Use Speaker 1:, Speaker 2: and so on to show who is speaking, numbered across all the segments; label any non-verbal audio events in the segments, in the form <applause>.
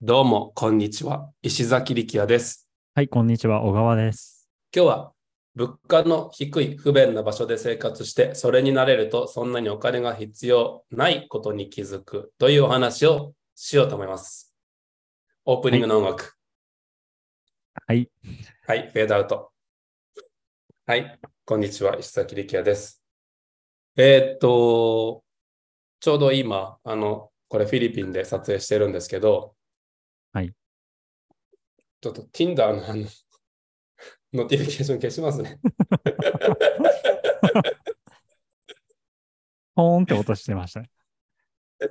Speaker 1: どうも、こんにちは。石崎力也です。
Speaker 2: はい、こんにちは、小川です。
Speaker 1: 今日は、物価の低い不便な場所で生活して、それに慣れるとそんなにお金が必要ないことに気づくというお話をしようと思います。オープニングの音楽。
Speaker 2: はい、
Speaker 1: はい、フェードアウト。はい、こんにちは。石崎力也です。えーっと、ちょうど今、あの、これフィリピンで撮影してるんですけど、
Speaker 2: はい。
Speaker 1: ちょっと Tinder のあの、 <laughs> ノティフィケーション消しますね。
Speaker 2: ポーンって音してましたね。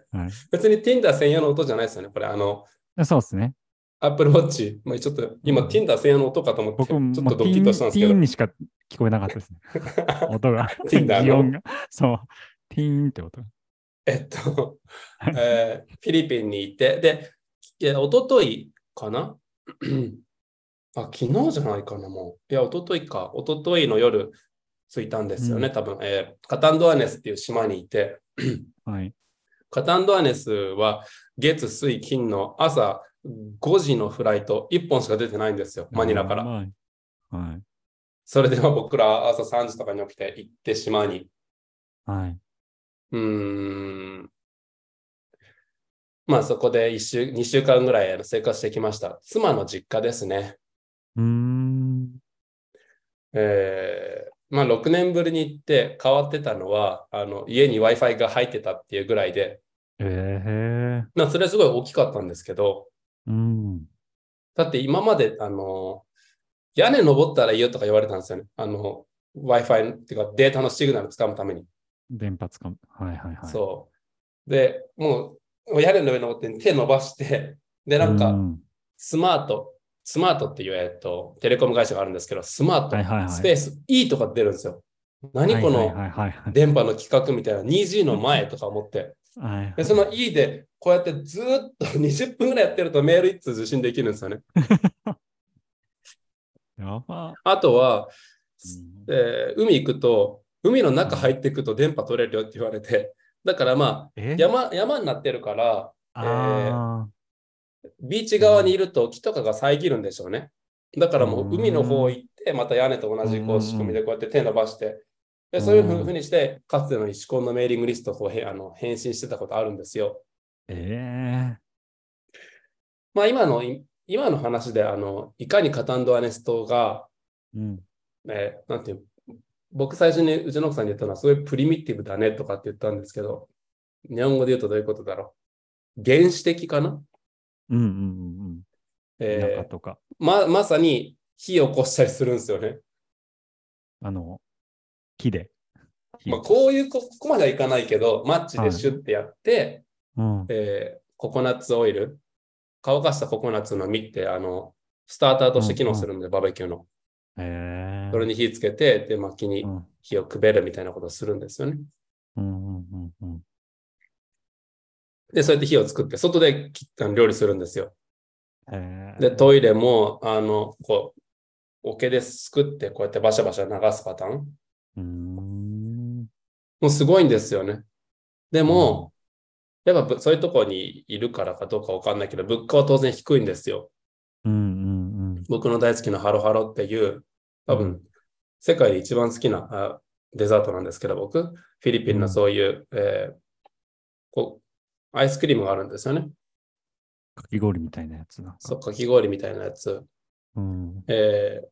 Speaker 2: <laughs> はい
Speaker 1: 別に Tinder 専用の音じゃないですよね。これ、あの、、
Speaker 2: そうですね。
Speaker 1: Apple Watch、まあ、ちょっと今、
Speaker 2: うん
Speaker 1: Tinder 専用の音かと思って、ち
Speaker 2: 僕
Speaker 1: ょ
Speaker 2: も、
Speaker 1: っ
Speaker 2: まあ
Speaker 1: とドキッとしたんですけ
Speaker 2: ティーンティー
Speaker 1: ど
Speaker 2: ン、にしか聞こえなかった
Speaker 1: <laughs>
Speaker 2: ですね。音が、
Speaker 1: ティンダーの
Speaker 2: 擬音が。そう、ティーンって音が。
Speaker 1: えっと、えーフィリピンにいて、で、いや一昨日かな <clears throat> あ、昨日じゃないかな、もう。いや、一昨日か。一昨日の夜、着いたんですよね、
Speaker 2: うん
Speaker 1: 多分、えーカタンドアネスっていう島にいて、
Speaker 2: はい。
Speaker 1: カタンドアネスは月、水、金の朝5時のフライト1本しか出てないんですよ、マニラから。
Speaker 2: はい。はい。
Speaker 1: それでは僕ら朝3時とかに起きて行って島に。
Speaker 2: はい。
Speaker 1: うーん。まあそこで1週、2週間ぐらいあの生活してきました。妻の実家ですね。
Speaker 2: うーん。
Speaker 1: えーまあ6年ぶりに行って変わってたのは、あの家に Wi-Fi が入ってたっていうぐらいで、
Speaker 2: ええ
Speaker 1: まあそれはすごい大きかったんですけど、
Speaker 2: うん。
Speaker 1: だって今まで、あの、屋根登ったらいいよとか言われたんですよね。あの、Wi-Fi っていうかデータのシグナル掴むために。
Speaker 2: 電波つかむ。はいはいはい。
Speaker 1: そう。で、もう、屋根の上登って手伸ばして、で、
Speaker 2: う
Speaker 1: なん
Speaker 2: う
Speaker 1: か、スマート、スマートっていう、えっと、テレコム会社があるんですけど、スマート、
Speaker 2: はいはいはい。
Speaker 1: スペース E とか出るんですよ。何こ
Speaker 2: はい
Speaker 1: の
Speaker 2: はいはいはい。
Speaker 1: 電波の規格みたいな 2G の前とか思って。
Speaker 2: はい
Speaker 1: で、その E で、こうやってずーっと20分ぐら <laughs> いやってるとメール一通受信できるんですよね。
Speaker 2: やば。
Speaker 1: あとは、
Speaker 2: うん
Speaker 1: えー海行くと、海の中入っていくと電波取れるよって言われて、だからまあ、
Speaker 2: え
Speaker 1: 山山になってるから、
Speaker 2: あ
Speaker 1: ビーチ側にいると木とかが遮るんでしょうね。だからも
Speaker 2: う
Speaker 1: うん海の方行って、また屋根と同じこ
Speaker 2: う
Speaker 1: うん仕組みでこうやって手伸ばして、でそういうふう
Speaker 2: うん
Speaker 1: ふうにして、かつての石コンのメーリングリストをこうへあの返信してたことあるんですよ。
Speaker 2: ー。え
Speaker 1: まあ今の、い今の話で、あの、いかにカタンドアネス島が、
Speaker 2: えうん。
Speaker 1: えーなんていう、僕最初にうちの奥さんに言ったのは、すごいプリミティブだねとかって言ったんですけど、日本語で言うとどういうことだろう。原始的かな、
Speaker 2: うんうんうんうん。田舎
Speaker 1: えー
Speaker 2: とか、
Speaker 1: ままさに火を起こしたりするんですよね。
Speaker 2: あの、木で。火
Speaker 1: まあ、こういうこ、ここまではいかないけど、マッチでシュッてやって、
Speaker 2: うん。
Speaker 1: えーココナッツオイル、乾かしたココナッツの実って、あの、スターターとして機能するので、バーベキューの。
Speaker 2: えー
Speaker 1: それに火つけて、で、薪に
Speaker 2: うん
Speaker 1: 火をくべるみたいなことをするんですよね。
Speaker 2: うんうんうんうん。
Speaker 1: で、そうやって火を作って、外できあの料理するんですよ。
Speaker 2: えー
Speaker 1: で、トイレも、あの、こう、桶ですくって、こうやってバシャバシャ流すパターン。
Speaker 2: うーん。
Speaker 1: もうすごいんですよね。でも、やっぱぶそういうとこにいるからかどうかわかんないけど、物価は当然低いんですよ。
Speaker 2: うんうんうん。
Speaker 1: 僕の大好きなハロハロっていう、多分、
Speaker 2: うん
Speaker 1: 世界で一番好きなあデザートなんですけど、僕、フィリピンのそういう、えーこう、アイスクリームがあるんですよね。
Speaker 2: かき氷みたいなやつなんか。
Speaker 1: そう、かき氷みたいなやつ。
Speaker 2: うん。
Speaker 1: えー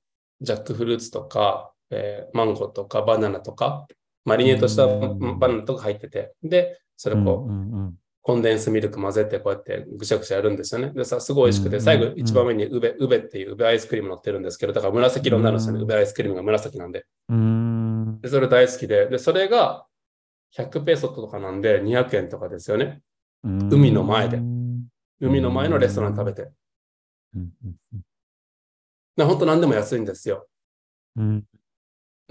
Speaker 1: ジャックフルーツとか、えーマンゴーとかバナナとか、マリネートした
Speaker 2: うん
Speaker 1: バナナとか入ってて、で、それ
Speaker 2: う
Speaker 1: を
Speaker 2: ん
Speaker 1: こう、
Speaker 2: うんうん。
Speaker 1: コンデンスミルク混ぜて、こうやってぐしゃぐしゃやるんですよね。でさ、すごい美味しくて、
Speaker 2: うん
Speaker 1: 最後
Speaker 2: うん
Speaker 1: 一番目にウベ、ウベっていうウベアイスクリーム乗ってるんですけど、だから紫色になるんですよね。
Speaker 2: うん
Speaker 1: ウベアイスクリームが紫なんで。
Speaker 2: うーん。
Speaker 1: で、それ大好きで、で、それが100ペーソとかなんで200円とかですよね。海の前で
Speaker 2: うん
Speaker 1: 海の前のレストラン食べて。
Speaker 2: うん
Speaker 1: な本当何でも安いんですよ。
Speaker 2: うん。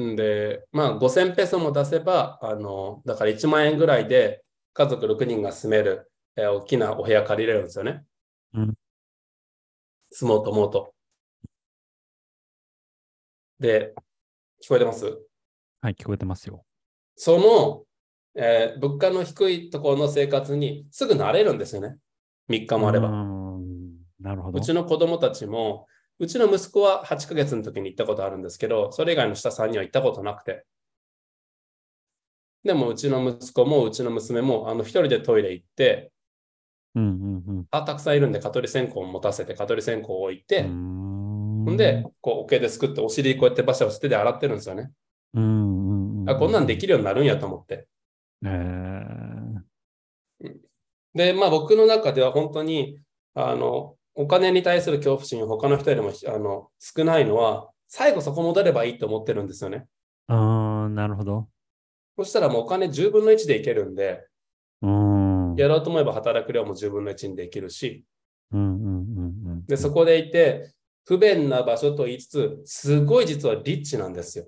Speaker 1: んで、まあ、5000ペソも出せば、あの、だから1万円ぐらいで、家族6人が住める、えー大きなお部屋借りれるんですよね。
Speaker 2: うん
Speaker 1: 住もうと思うと。で、聞こえてます
Speaker 2: はい、聞こえてますよ。
Speaker 1: その、えー物価の低いところの生活にすぐ慣れるんですよね。3日もあれば。
Speaker 2: うんなるほど。
Speaker 1: うちの子供たちも、うちの息子は8ヶ月の時に行ったことあるんですけど、それ以外の下さんには行ったことなくて。でも、うちの息子もうちの娘も、あの、一人でトイレ行って、
Speaker 2: うんうん
Speaker 1: あたくさんいるんで、蚊取り線香を持たせて、蚊取り線香を置いて、
Speaker 2: うん。
Speaker 1: ほんで、こう、おけですくって、お尻こうやってバシャバシャ手で洗ってるんですよね。
Speaker 2: うんうんうん、
Speaker 1: あ、こんなんできるようになるんやと思って。
Speaker 2: えー
Speaker 1: で、まあ僕の中では本当に、あの、お金に対する恐怖心が他の人よりもあの少ないのは、最後そこ戻ればいいと思ってるんですよね。
Speaker 2: あーなるほど。
Speaker 1: そしたらもうお金10分の1でいけるんで、
Speaker 2: うん。
Speaker 1: やろうと思えば働く量も10分の1にできるし、
Speaker 2: うんうんうんうん。
Speaker 1: で、そこでいて、不便な場所と言いつつ、すごい実はリッチなんですよ。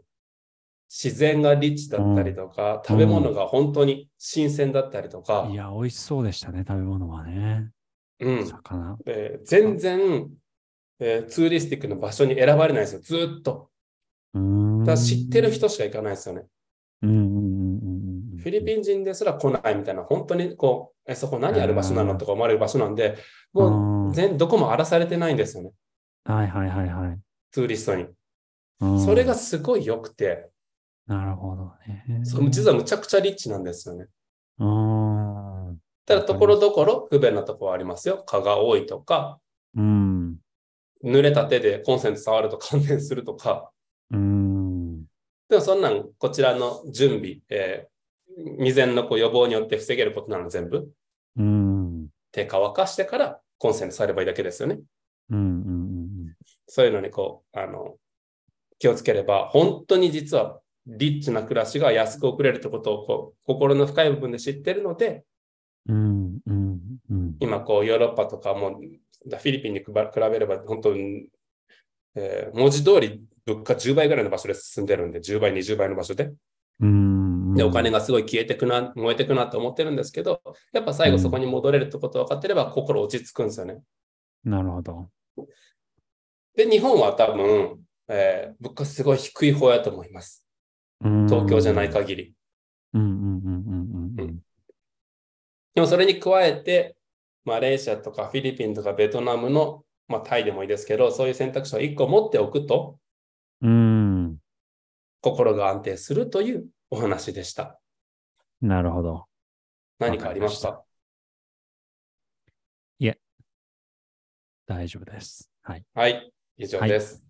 Speaker 1: 自然がリッチだったりとか、食べ物が本当に新鮮だったりとか
Speaker 2: い、や、美味しそうでしたね、食べ物はね。
Speaker 1: うん、
Speaker 2: 魚。
Speaker 1: で全然、えーツーリスティックの場所に選ばれないんですよ、ずーっと。
Speaker 2: うーん。
Speaker 1: ただ知ってる人しか行かないですよね。
Speaker 2: うんうんうんうんうん。
Speaker 1: フィリピン人ですら来ないみたいな、本当にこう、え、そこ何ある場所な
Speaker 2: う
Speaker 1: の
Speaker 2: ん
Speaker 1: とか思われる場所なんで、も
Speaker 2: も
Speaker 1: う全、どこも荒らされてないんですよね、
Speaker 2: はいはいはいはい
Speaker 1: ツーリストに。
Speaker 2: うん。
Speaker 1: それがすごい良くて、
Speaker 2: なるほどね。
Speaker 1: そう実はむちゃくちゃリッチなんですよね。
Speaker 2: うーん。
Speaker 1: ただ、ところどころ不便なとこはありますよ。蚊が多いとか、
Speaker 2: うん。
Speaker 1: 濡れた手でコンセント触ると感電するとか、
Speaker 2: うん。
Speaker 1: でもそんなん、こちらの準備、えー未然のこう予防によって防げることなの全部、
Speaker 2: うん。
Speaker 1: 手乾かしてからコンセントさればいいだけですよね。
Speaker 2: うんうん
Speaker 1: そういうのにこう、あの、気をつければ、本当に実はリッチな暮らしが安く送れるってことをこう心の深い部分で知ってるので、
Speaker 2: うんうんうんうん
Speaker 1: 今こうヨーロッパとかもフィリピンに比べ比べれば本当に、えー文字通り物価10倍ぐらいの場所で進んでるんで、10倍、20倍の場所で。
Speaker 2: うん。
Speaker 1: で、お金がすごい消えてくな、燃えてくなって思ってるんですけど、やっぱ最後そこに戻れるってことを分かってれば心落ち着くんですよね。
Speaker 2: なるほど。
Speaker 1: で、日本は多分、えー物価すごい低い方やと思います。東
Speaker 2: 東
Speaker 1: 京じゃない。限り。
Speaker 2: うんうんうんうんうん
Speaker 1: でもそれに加えて、マレーシアとかフィリピンとかベトナムの、まあ、タイでもいいですけど、そういう選択肢を1個持っておくと、
Speaker 2: うん。うん。
Speaker 1: 心が安定するというお話でした。
Speaker 2: なるほど。
Speaker 1: 何かありました
Speaker 2: わ大丈夫です。はい。
Speaker 1: はい、以上
Speaker 2: はい
Speaker 1: です。